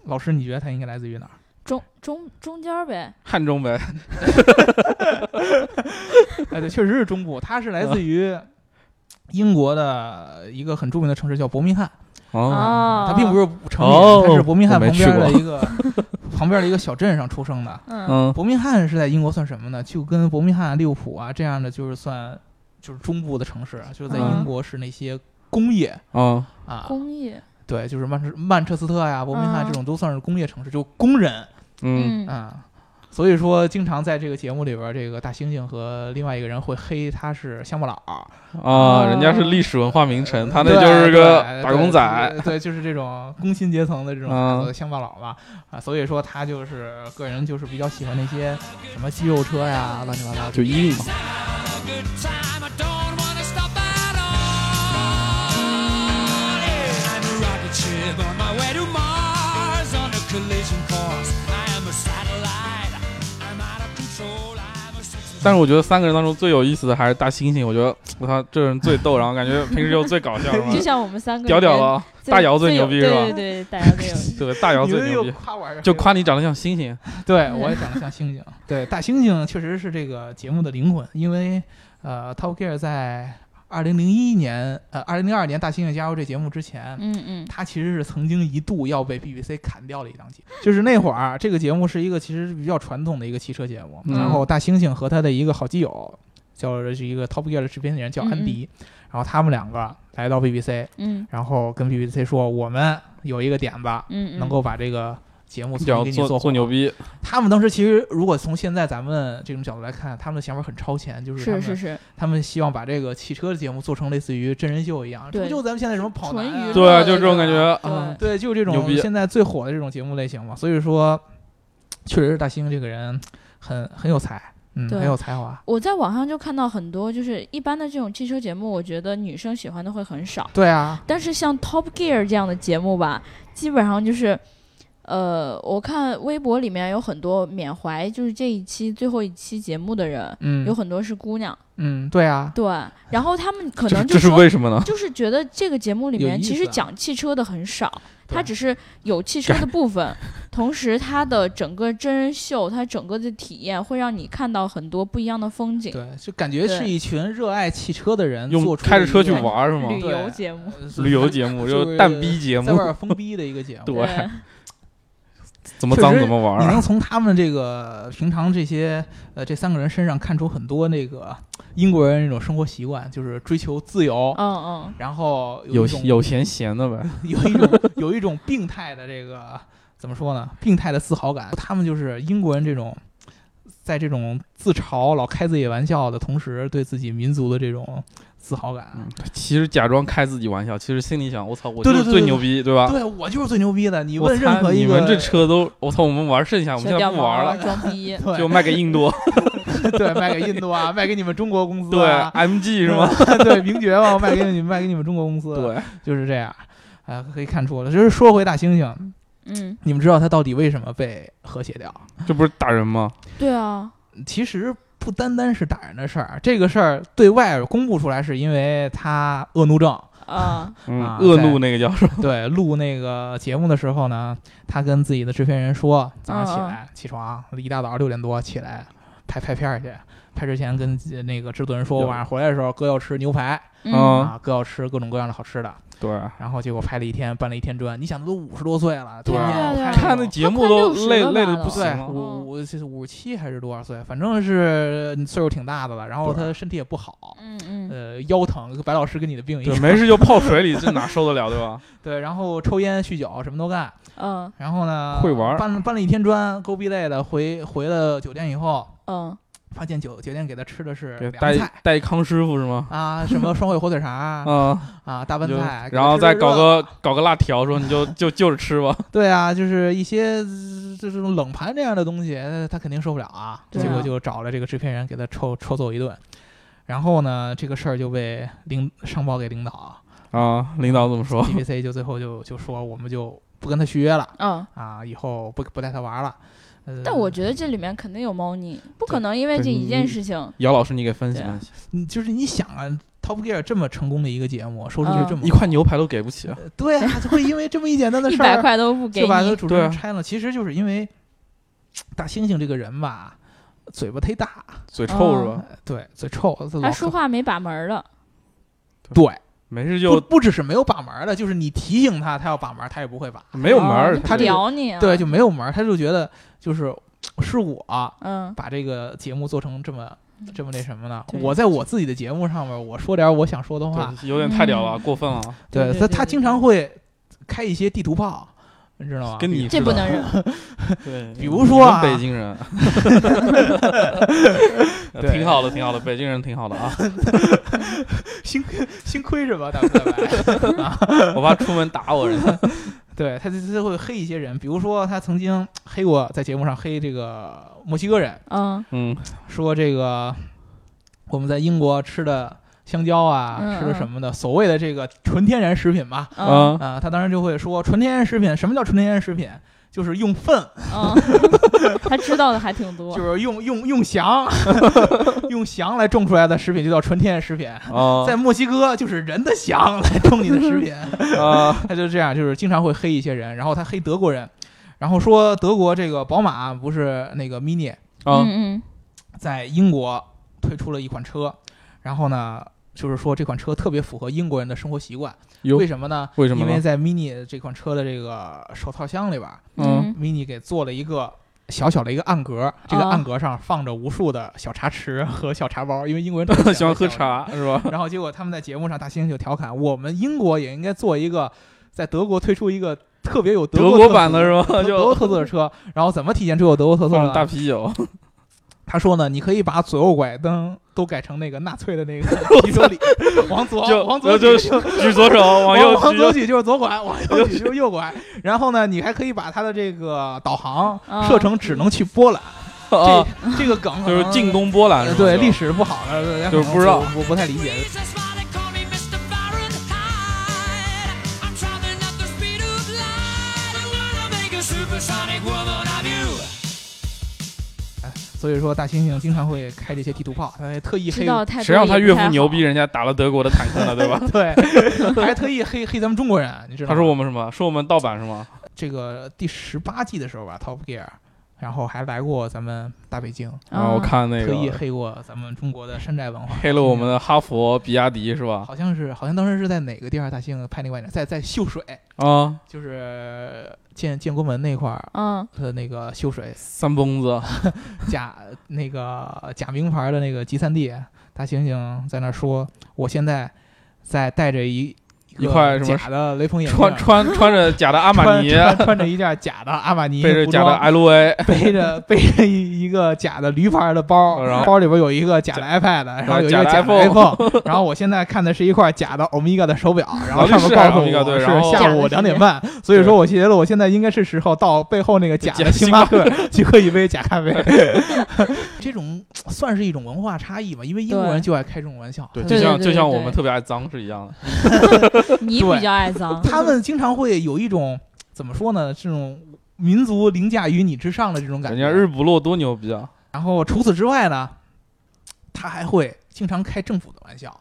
[SPEAKER 4] 老师你觉得他应该来自于哪儿？
[SPEAKER 2] 中中中间儿呗，
[SPEAKER 3] 汉中呗，
[SPEAKER 4] 哎，对，确实是中部，他是来自于
[SPEAKER 3] 嗯
[SPEAKER 4] 英国的一个很著名的城市叫伯明翰。
[SPEAKER 3] [laughs]
[SPEAKER 4] 啊
[SPEAKER 3] 哦，
[SPEAKER 2] 哦
[SPEAKER 4] 他并不是城里
[SPEAKER 3] 哦
[SPEAKER 4] 人，他是伯明翰
[SPEAKER 3] 我没
[SPEAKER 4] 旁
[SPEAKER 3] 去
[SPEAKER 4] 边的一个 [laughs] 旁边的一个小镇上出生的。
[SPEAKER 2] 嗯
[SPEAKER 3] 嗯，
[SPEAKER 4] 伯明翰是在英国算什么呢？就跟伯明翰、利物浦啊这样的，就是算就是中部的城市，啊就是在
[SPEAKER 3] 嗯
[SPEAKER 4] 英国是那些工业
[SPEAKER 3] 哦，
[SPEAKER 4] 啊，
[SPEAKER 2] 工业，
[SPEAKER 4] 对，就是曼彻曼彻斯特呀、伯明翰
[SPEAKER 2] 嗯
[SPEAKER 4] 这种都算是工业城市，就工人
[SPEAKER 3] 嗯，
[SPEAKER 4] 啊。所以说，经常在这个节目里边，这个大猩猩和另外一个人会黑他是乡巴佬，
[SPEAKER 3] 啊，人家是历史文化名城，他那就是个
[SPEAKER 4] 对
[SPEAKER 3] 打工仔，，
[SPEAKER 4] 对对对，就是这种工薪阶层的这种
[SPEAKER 3] 嗯
[SPEAKER 4] 孩子乡巴佬嘛啊，所以说他就是个人就是比较喜欢那些什么肌肉车呀，乱七八糟的。
[SPEAKER 3] 就衣领嘛。
[SPEAKER 1] a good time. I don't wanna stop at all. Yeah, I'm a rocket ship on my way to Mars on a collision course. I am a satellite.
[SPEAKER 3] 但是我觉得三个人当中最有意思的还是大猩猩，我觉得我操，这人最逗，然后感觉平时又最搞笑，是吧
[SPEAKER 2] 就？像我们三个
[SPEAKER 3] 嗯屌屌
[SPEAKER 2] 人
[SPEAKER 3] 了，
[SPEAKER 2] 最，
[SPEAKER 3] 大姚最
[SPEAKER 2] 最
[SPEAKER 3] 牛
[SPEAKER 2] 有
[SPEAKER 3] 逼是吧
[SPEAKER 2] 对对对，大姚最牛
[SPEAKER 3] [laughs]
[SPEAKER 2] 逼。
[SPEAKER 3] 对，大姚
[SPEAKER 4] 你
[SPEAKER 3] 最
[SPEAKER 4] 们
[SPEAKER 3] 牛
[SPEAKER 4] 又
[SPEAKER 3] 逼，
[SPEAKER 4] 夸我，
[SPEAKER 3] 就夸你长得像猩猩，
[SPEAKER 4] 对我也长得像猩猩。对，大猩猩确实是这个节目的灵魂，因为呃，Top Gear 在二零零一年，呃，二零零二年大猩猩加入这节目之前。
[SPEAKER 2] 嗯嗯，
[SPEAKER 4] 它其实是曾经一度要被 BBC 砍掉的一档节目，就是那会儿这个节目是一个其实比较传统的一个汽车节目，
[SPEAKER 3] 嗯
[SPEAKER 4] 然后大猩猩和他的一个好基友，叫是一个 Top Gear 的制片人叫安迪，然后他们两个来到 BBC，
[SPEAKER 2] 嗯
[SPEAKER 4] 然后跟 BBC 说我们有一个点子，
[SPEAKER 2] 嗯，嗯
[SPEAKER 4] 能够把这个节目重
[SPEAKER 3] 然
[SPEAKER 4] 新
[SPEAKER 3] 后
[SPEAKER 4] 给你火
[SPEAKER 3] 做做牛逼，
[SPEAKER 4] 他们当时其实，如果从现在咱们这种角度来看，他们的想法很超前，就是他
[SPEAKER 2] 是
[SPEAKER 4] 们
[SPEAKER 2] 是是，
[SPEAKER 4] 他们希望把这个汽车的节目做成类似于真人秀一样，这
[SPEAKER 2] 对
[SPEAKER 4] 不就咱们现在什么跑男啊、
[SPEAKER 2] 纯娱乐对
[SPEAKER 3] 对，就这种感觉
[SPEAKER 2] 对
[SPEAKER 3] 啊。
[SPEAKER 4] 对，就这
[SPEAKER 3] 牛
[SPEAKER 4] 种
[SPEAKER 3] 逼
[SPEAKER 4] 现在最火的这种节目类型嘛。所以说，确实是大猩这个人很很有才，嗯，
[SPEAKER 2] 对
[SPEAKER 4] 很有才华。
[SPEAKER 2] 我在网上就看到很多，就是一般的这种汽车节目，我觉得女生喜欢的会很少。
[SPEAKER 4] 对啊，
[SPEAKER 2] 但是像 Top Gear 这样的节目吧，基本上就是，呃，我看微博里面有很多缅怀，就是这一期最后一期节目的人，有
[SPEAKER 4] 嗯
[SPEAKER 2] 很多是姑娘，
[SPEAKER 4] 嗯，对啊，
[SPEAKER 2] 对，然后他们可
[SPEAKER 3] 这
[SPEAKER 2] 能
[SPEAKER 3] 这
[SPEAKER 2] 就是说
[SPEAKER 3] 为什么呢？
[SPEAKER 2] 就是觉得这个节目里
[SPEAKER 4] 有
[SPEAKER 2] 面
[SPEAKER 4] 意
[SPEAKER 2] 其
[SPEAKER 4] 思
[SPEAKER 2] 实
[SPEAKER 4] 啊
[SPEAKER 2] 讲汽车的很少，
[SPEAKER 4] 对
[SPEAKER 2] 它只是有汽车的部分，同时它的整个真人秀，它整个的体验会让你看到很多不一样的风景。
[SPEAKER 4] 对，就感觉是
[SPEAKER 2] 对
[SPEAKER 4] 一群热爱汽车的人
[SPEAKER 3] 用
[SPEAKER 4] 做出
[SPEAKER 3] 开着
[SPEAKER 4] 的
[SPEAKER 3] 车
[SPEAKER 4] 一
[SPEAKER 3] 去
[SPEAKER 4] 个
[SPEAKER 3] 玩是吗？
[SPEAKER 2] 旅游
[SPEAKER 4] 对
[SPEAKER 2] 节目，
[SPEAKER 4] 呃
[SPEAKER 3] 旅游节目
[SPEAKER 4] 就
[SPEAKER 3] 就是蛋逼
[SPEAKER 4] [laughs]
[SPEAKER 3] 节
[SPEAKER 4] 在外
[SPEAKER 3] 目，
[SPEAKER 4] 边疯逼的一个节目，
[SPEAKER 3] [laughs] 对
[SPEAKER 2] 对
[SPEAKER 3] 怎么
[SPEAKER 4] 确
[SPEAKER 3] 脏
[SPEAKER 4] 实
[SPEAKER 3] 怎么玩
[SPEAKER 4] 你
[SPEAKER 3] 儿啊
[SPEAKER 4] 能。从他们这个平常这些呃这三个人身上看出很多那个英国人那种生活习惯，就是追求自由，
[SPEAKER 2] 嗯嗯，
[SPEAKER 4] 然后有
[SPEAKER 3] 有
[SPEAKER 4] 一种
[SPEAKER 3] 有闲闲的呗，
[SPEAKER 4] 有一种有一种病态的这个怎么说呢？病态的自豪感。他们就是英国人这种。在这种自嘲、老开自己玩笑的同时，对自己民族的这种自豪感，
[SPEAKER 3] 嗯 [laughs] 其实假装开自己玩笑，其实心里想，我操，我
[SPEAKER 4] 对
[SPEAKER 3] 就
[SPEAKER 4] 对
[SPEAKER 3] 是
[SPEAKER 4] 对
[SPEAKER 3] 最
[SPEAKER 4] 对
[SPEAKER 3] 牛逼，对吧？
[SPEAKER 4] 对我就是最牛逼的。你
[SPEAKER 3] 我
[SPEAKER 4] 问任
[SPEAKER 3] 操，
[SPEAKER 4] 何一
[SPEAKER 3] 你
[SPEAKER 4] 个，
[SPEAKER 3] 们这车都，我操，我们玩剩下，我们
[SPEAKER 2] 小
[SPEAKER 3] 现在
[SPEAKER 2] 掉
[SPEAKER 3] 不
[SPEAKER 2] 毛
[SPEAKER 3] 玩
[SPEAKER 2] 儿
[SPEAKER 3] 了，
[SPEAKER 2] 装逼
[SPEAKER 3] [laughs]
[SPEAKER 4] 对
[SPEAKER 3] 就卖给
[SPEAKER 4] [laughs]
[SPEAKER 3] 印度，
[SPEAKER 4] 对卖给印度啊，卖给你们中国公司
[SPEAKER 3] 对
[SPEAKER 4] 啊，
[SPEAKER 3] ，MG 是吗？？
[SPEAKER 4] [laughs] 对，名爵嘛，我卖给你们，卖给你们中国公司，，
[SPEAKER 3] 对，
[SPEAKER 4] 就是这样。啊、可以看出了，就是说回大猩猩，
[SPEAKER 2] 嗯，
[SPEAKER 4] 你们知道他到底为什么被和谐掉？
[SPEAKER 3] 这不是打人吗？
[SPEAKER 2] 对啊，
[SPEAKER 4] 其实不单单是打人的事儿，这个事儿对外公布出来是因为他恶怒
[SPEAKER 3] [laughs]
[SPEAKER 4] 症。
[SPEAKER 2] 啊，
[SPEAKER 3] 嗯
[SPEAKER 4] 啊，
[SPEAKER 3] 恶
[SPEAKER 4] 对
[SPEAKER 3] 怒那个叫什么？
[SPEAKER 4] 对，录那个节目的时候呢，他跟自己的制片人说，早上起
[SPEAKER 3] 嗯
[SPEAKER 4] 来起床，一大早六点多起来拍拍片儿去。拍之前跟呃那个制作人说，我晚上回来的时候哥要吃牛排
[SPEAKER 3] 嗯
[SPEAKER 2] 嗯，
[SPEAKER 4] 啊，哥要吃各种各样的好吃的。
[SPEAKER 3] 对，
[SPEAKER 4] 然后结果拍了一天，搬了一天砖。你想，他都五十多岁了，
[SPEAKER 3] 对
[SPEAKER 2] 啊对啊
[SPEAKER 4] 吧？
[SPEAKER 2] 对啊
[SPEAKER 3] 看那
[SPEAKER 4] 那
[SPEAKER 3] 节目
[SPEAKER 2] 快
[SPEAKER 3] 都
[SPEAKER 2] 60
[SPEAKER 3] 累
[SPEAKER 2] 了
[SPEAKER 3] 累
[SPEAKER 2] 吧
[SPEAKER 3] 的不
[SPEAKER 2] 都
[SPEAKER 3] 行啊
[SPEAKER 4] 对
[SPEAKER 3] 了。
[SPEAKER 4] 五五五七还是多少岁，反正是嗯岁数挺大的了。然后
[SPEAKER 3] 啊
[SPEAKER 4] 他身体也不好，
[SPEAKER 2] 嗯嗯，
[SPEAKER 4] 呃，腰疼，白老师跟你的病一
[SPEAKER 3] 对，
[SPEAKER 4] 样。
[SPEAKER 3] 没事就泡水里， [laughs] 这哪受得了，对吧？
[SPEAKER 4] 对，然后抽烟、酗酒，什么都干。
[SPEAKER 2] 嗯
[SPEAKER 4] 然后呢，
[SPEAKER 3] 会玩儿
[SPEAKER 4] 搬了搬了一天砖，够逼累的。回回了酒店以后，
[SPEAKER 2] 嗯，
[SPEAKER 4] 发现酒酒店给他吃的是
[SPEAKER 3] 对，带
[SPEAKER 4] 凉
[SPEAKER 3] 一
[SPEAKER 4] 菜
[SPEAKER 3] 带一康师傅是吗？
[SPEAKER 4] 啊，什么双汇火腿肠
[SPEAKER 3] 啊，
[SPEAKER 4] 啊，大拌
[SPEAKER 3] 就
[SPEAKER 4] 菜，给他
[SPEAKER 3] 然后
[SPEAKER 4] 吃的
[SPEAKER 3] 再搞
[SPEAKER 4] 热
[SPEAKER 3] 个搞个辣条，说你就 [laughs] 就就着吃吧。
[SPEAKER 4] 对啊，就是一些呃这种冷盘这样的东西，呃他肯定受不了啊。
[SPEAKER 2] 对
[SPEAKER 4] 结果
[SPEAKER 2] 啊
[SPEAKER 4] 就找了这个制片人给他抽抽揍一顿，然后呢，这个事儿就被领上报给领导
[SPEAKER 3] 啊，领导怎么说？
[SPEAKER 4] ，BBC 就最后就就说我们就不跟他续约了
[SPEAKER 2] 嗯，
[SPEAKER 4] 啊，以后不不带他玩了。呃、
[SPEAKER 2] 但我觉得这里面肯定有猫腻，不可能因为
[SPEAKER 3] 对
[SPEAKER 2] 这一件
[SPEAKER 3] 你
[SPEAKER 2] 事情，
[SPEAKER 3] 姚老师，你给分析
[SPEAKER 2] 对啊
[SPEAKER 3] 分析，
[SPEAKER 4] 嗯就是你想啊，Top Gear 这么成功的一个节目，收视率
[SPEAKER 2] 嗯
[SPEAKER 4] 这么高、
[SPEAKER 3] 一块牛排都给不起啊！
[SPEAKER 4] 呃对啊，就会因为这么一简单的
[SPEAKER 2] 一
[SPEAKER 4] 事
[SPEAKER 2] 百
[SPEAKER 4] 儿
[SPEAKER 2] 块都不给
[SPEAKER 4] [laughs] 就把他
[SPEAKER 2] 你，
[SPEAKER 4] 主持人
[SPEAKER 3] 对啊
[SPEAKER 4] 拆了，其实就是因为大猩猩这个人吧，嘴巴忒大。
[SPEAKER 3] 嘴臭是吧？
[SPEAKER 4] 呃对，嘴臭，他老
[SPEAKER 2] 他哎说
[SPEAKER 4] 可
[SPEAKER 2] 话没把门儿的，
[SPEAKER 4] 对，
[SPEAKER 3] 没事
[SPEAKER 4] 不
[SPEAKER 3] 就
[SPEAKER 4] 不只是没有把门儿的，就是你提醒他，他要把门儿，他也不会把，
[SPEAKER 3] 没有门
[SPEAKER 2] 哦
[SPEAKER 3] 儿，
[SPEAKER 2] 就
[SPEAKER 3] 他
[SPEAKER 2] 不
[SPEAKER 3] 这个
[SPEAKER 2] 屌你啊，
[SPEAKER 4] 对，就没有门儿，他就觉得就是是我
[SPEAKER 2] 嗯，
[SPEAKER 4] 把这个节目做成这么这么那什么呢？
[SPEAKER 2] 对
[SPEAKER 4] 我在我自己的节目上面，我说点儿我想说的话，
[SPEAKER 3] 对有点太屌
[SPEAKER 4] 嗯
[SPEAKER 3] 了，过分了，
[SPEAKER 2] 对对对
[SPEAKER 4] 他他
[SPEAKER 2] 对
[SPEAKER 4] 经常会开一些地图炮，你知道吗？
[SPEAKER 3] 跟你
[SPEAKER 2] 这
[SPEAKER 3] 似
[SPEAKER 2] 不
[SPEAKER 3] 的
[SPEAKER 2] 能忍，
[SPEAKER 3] 对，
[SPEAKER 4] 比如说啊
[SPEAKER 3] 你们北京人，
[SPEAKER 4] 对
[SPEAKER 3] [laughs] 挺好的，挺好的，北京人挺好
[SPEAKER 4] [laughs]
[SPEAKER 3] 的啊！
[SPEAKER 4] [laughs] 幸幸亏什么？大白大白
[SPEAKER 2] [laughs]
[SPEAKER 3] 我怕出门打我人，
[SPEAKER 4] 对他他他会黑一些人，比如说他曾经黑过在节目上黑这个墨西哥人，
[SPEAKER 3] [laughs]
[SPEAKER 2] 嗯
[SPEAKER 3] 嗯，
[SPEAKER 4] 说这个我们在英国吃的香蕉啊，
[SPEAKER 2] 嗯
[SPEAKER 4] 吃的什么的，所谓的这个纯天然食品吧，
[SPEAKER 2] 嗯
[SPEAKER 4] 啊、他当然就会说纯天然食品，什么叫纯天然食品？就是用愤，
[SPEAKER 2] 嗯，他知道的还挺多
[SPEAKER 4] 就。是用用用翔， [laughs] 用翔来种出来的食品就叫纯天然食品。
[SPEAKER 3] 啊
[SPEAKER 4] 在墨西哥就是人的翔来种你的
[SPEAKER 2] [laughs]
[SPEAKER 4] 食品，
[SPEAKER 3] 啊
[SPEAKER 4] 他就这样，就是经常会黑一些人，然后他黑德国人，然后说德国这个宝马不是那个 Mini
[SPEAKER 3] 啊！
[SPEAKER 2] 嗯
[SPEAKER 4] 在英国推出了一款车，然后呢，就是说这款车特别符合英国人的生活习惯，
[SPEAKER 3] 哟
[SPEAKER 4] 为什么呢？
[SPEAKER 3] 为什么
[SPEAKER 4] 因为
[SPEAKER 3] 呢？
[SPEAKER 4] 在 Mini 这款车的这个手套箱里边
[SPEAKER 2] 嗯嗯
[SPEAKER 4] ，Mini 给做了一个。小小的一个暗格，这
[SPEAKER 3] 啊
[SPEAKER 4] 个暗格上放着无数的小茶匙和小茶包，因 [laughs] 为英
[SPEAKER 3] [laughs]
[SPEAKER 4] 国人特别
[SPEAKER 3] 喜欢喝
[SPEAKER 4] 这样
[SPEAKER 3] 茶是吧？
[SPEAKER 4] 然后结果他们在节目上，大猩猩就调侃，我们英国也应该做一个，在德国推出一个特别有
[SPEAKER 3] 德
[SPEAKER 4] 国
[SPEAKER 3] 国
[SPEAKER 4] 特
[SPEAKER 3] 版
[SPEAKER 4] 色
[SPEAKER 3] 的是吧？
[SPEAKER 4] 德德国
[SPEAKER 3] 就
[SPEAKER 4] 特色的车，然后怎么体现出有德国特色啊
[SPEAKER 3] 放大
[SPEAKER 4] 呢？
[SPEAKER 3] 啤酒，
[SPEAKER 4] 他说呢，你可以把左右拐灯都改成那个纳粹的那
[SPEAKER 3] [laughs]
[SPEAKER 4] 个提手礼， [laughs] 往左
[SPEAKER 3] 就
[SPEAKER 4] 往左
[SPEAKER 3] 就
[SPEAKER 4] 举 [laughs]
[SPEAKER 3] 是举左手，往右
[SPEAKER 4] 往
[SPEAKER 3] 举
[SPEAKER 4] 左
[SPEAKER 3] 右，
[SPEAKER 4] 举 [laughs] 就是左拐，往右举就是右拐。然后呢，你还可以把它的这个导航
[SPEAKER 2] 啊
[SPEAKER 4] 设成只能去波兰，
[SPEAKER 3] 啊，
[SPEAKER 4] 这这个梗可
[SPEAKER 3] 就是
[SPEAKER 4] 能呃
[SPEAKER 3] 进攻啊波兰是吧？
[SPEAKER 4] 对
[SPEAKER 3] 就
[SPEAKER 4] 历史不好了，大家可
[SPEAKER 3] 就是
[SPEAKER 4] 能
[SPEAKER 3] 不知道
[SPEAKER 4] 不不太理解。
[SPEAKER 1] That's why they call me Mr. Fahrenheit. I'm traveling at the speed of light. I'm gonna make a supersonic woman of you.
[SPEAKER 4] 所以说大猩猩经常会开这些地图炮，他还特意黑
[SPEAKER 2] 知道太多
[SPEAKER 3] 谁让他
[SPEAKER 2] 也
[SPEAKER 3] 岳
[SPEAKER 2] 不太
[SPEAKER 3] 父牛
[SPEAKER 2] 好
[SPEAKER 3] 逼，人家打了德国的坦克呢，对吧？
[SPEAKER 4] [laughs] 对， [laughs] 他还特意黑黑咱们中国人，你知道吗？
[SPEAKER 3] 他说我们什么？说我们盗版是吗？
[SPEAKER 4] 这个第十八季的时候吧，Top Gear，然后还来过咱们大北京，
[SPEAKER 3] 然啊后我
[SPEAKER 2] 嗯
[SPEAKER 3] 看那
[SPEAKER 4] 特意
[SPEAKER 3] 个
[SPEAKER 4] 黑过咱们中国的山寨文化，嗯
[SPEAKER 3] 黑了我们的哈佛、比亚迪是吧？
[SPEAKER 4] 好像是好像当时是在哪个地方大猩猩拍那外景，在在秀水，
[SPEAKER 3] 啊，
[SPEAKER 4] 就是建建国门那块儿。
[SPEAKER 2] 嗯
[SPEAKER 4] 的那个秀水
[SPEAKER 3] 三蹦子，
[SPEAKER 4] 假那个假名牌的那个集散地，大猩猩在那儿说，我现在在带着一
[SPEAKER 3] 一块
[SPEAKER 4] 个
[SPEAKER 3] 什么
[SPEAKER 4] 假的雷朋眼镜，
[SPEAKER 3] 穿穿穿着假的阿玛尼，
[SPEAKER 4] 穿穿穿着一件假的阿玛尼
[SPEAKER 3] 背着
[SPEAKER 4] 服
[SPEAKER 3] 假的
[SPEAKER 4] 装，
[SPEAKER 3] LV， [laughs]
[SPEAKER 4] 背着背着一一个假的驴牌的包，
[SPEAKER 3] 然后
[SPEAKER 4] 包里边有一个假的 iPad，然后有一
[SPEAKER 3] 假
[SPEAKER 4] 个
[SPEAKER 3] 的
[SPEAKER 4] 假的
[SPEAKER 3] iPhone
[SPEAKER 4] iPhone，然后我现在看的是一块假的 Omega 的
[SPEAKER 3] [laughs]
[SPEAKER 4] 手表，然后
[SPEAKER 3] 劳力
[SPEAKER 4] 上
[SPEAKER 3] 士
[SPEAKER 4] 面告诉
[SPEAKER 3] 啊 Omega，对
[SPEAKER 4] 我是
[SPEAKER 3] 然后
[SPEAKER 4] 下午两点半，所以说我觉得我现在应该是时候到背后那个假
[SPEAKER 3] 假
[SPEAKER 4] 的
[SPEAKER 3] 的
[SPEAKER 4] 星
[SPEAKER 3] 星
[SPEAKER 4] 巴
[SPEAKER 3] 巴
[SPEAKER 4] 克去喝一杯假咖啡。
[SPEAKER 3] [laughs]
[SPEAKER 4] [laughs] 这种算是一种文化差异吧，因为英国人
[SPEAKER 2] 对
[SPEAKER 4] 就爱开这种玩笑，嗯
[SPEAKER 3] 对，
[SPEAKER 4] 他
[SPEAKER 3] 就
[SPEAKER 2] 对
[SPEAKER 3] 像
[SPEAKER 2] 对
[SPEAKER 3] 就像
[SPEAKER 2] 对
[SPEAKER 3] 我们特别爱脏是一样的。
[SPEAKER 2] 你
[SPEAKER 4] 对
[SPEAKER 2] 比较爱脏，
[SPEAKER 4] 他们经常会有一种怎么说呢？这种民族凌驾于你之上的这种感
[SPEAKER 3] 人
[SPEAKER 4] 觉。
[SPEAKER 3] 家日不落多牛逼啊！
[SPEAKER 4] 然后除此之外呢，他还会经常开政府的玩笑。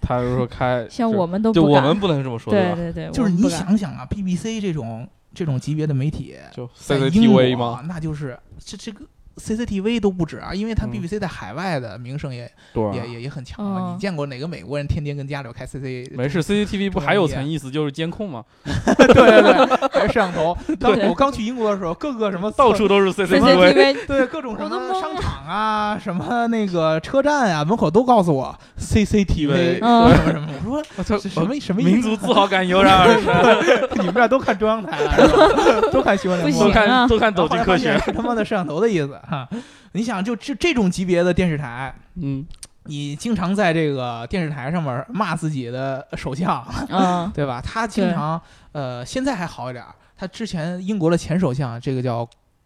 [SPEAKER 3] 他就说开，
[SPEAKER 2] 像
[SPEAKER 3] 就
[SPEAKER 2] 我们都
[SPEAKER 3] 就
[SPEAKER 2] 不
[SPEAKER 3] 我
[SPEAKER 2] 敢。
[SPEAKER 3] 们不能这么说
[SPEAKER 2] 对
[SPEAKER 3] 吧？
[SPEAKER 2] 对对，
[SPEAKER 4] 就是
[SPEAKER 2] 我们不
[SPEAKER 4] 你
[SPEAKER 2] 敢
[SPEAKER 4] 想想啊，BBC 这种这种级别的媒体，
[SPEAKER 3] 就
[SPEAKER 4] 在英国
[SPEAKER 3] CCTV 嘛，
[SPEAKER 4] 那就是这这个 CCTV 都不止啊，因为它
[SPEAKER 3] 嗯
[SPEAKER 4] BBC 在海外的名声也、
[SPEAKER 3] 对
[SPEAKER 4] 也
[SPEAKER 3] 啊。
[SPEAKER 4] 也也很强啊。
[SPEAKER 2] 嗯
[SPEAKER 4] 你见过哪个美国人天天跟家里开 CC？ [laughs]
[SPEAKER 3] 没事，CCTV 不还有层意思就是监控嘛，
[SPEAKER 4] 对对对，还有摄
[SPEAKER 2] [laughs]
[SPEAKER 4] 像头。当
[SPEAKER 2] 对
[SPEAKER 4] 我刚去英国的时候，各个什么
[SPEAKER 3] 到处都是 CCTV。
[SPEAKER 2] CCTV
[SPEAKER 4] 对各种什
[SPEAKER 2] 我的
[SPEAKER 4] 么
[SPEAKER 2] 妈
[SPEAKER 4] 商场啊、什么那个车站啊，门口都告诉我 CCTV
[SPEAKER 3] 对
[SPEAKER 4] 说什么什么。我说
[SPEAKER 3] 我操
[SPEAKER 4] 这什么什么意思啊
[SPEAKER 3] 民族自豪感油然而生，
[SPEAKER 4] [laughs] 你们这儿都看中央台了，是吧都看新闻
[SPEAKER 2] [laughs]
[SPEAKER 4] 联
[SPEAKER 2] 不
[SPEAKER 4] 播
[SPEAKER 3] 都
[SPEAKER 2] 行。啊
[SPEAKER 3] 看都看走进
[SPEAKER 4] 然后
[SPEAKER 3] 科
[SPEAKER 4] 后来
[SPEAKER 3] 学
[SPEAKER 4] 发现。是他妈的摄像头的意思哈、你想，就这这种级别的电视台，
[SPEAKER 3] 嗯，
[SPEAKER 4] 你经常在这个电视台上面骂自己的首相，
[SPEAKER 2] 嗯
[SPEAKER 4] 对吧？他经常呃，现在还好一点儿，他之前英国的前首相，这个叫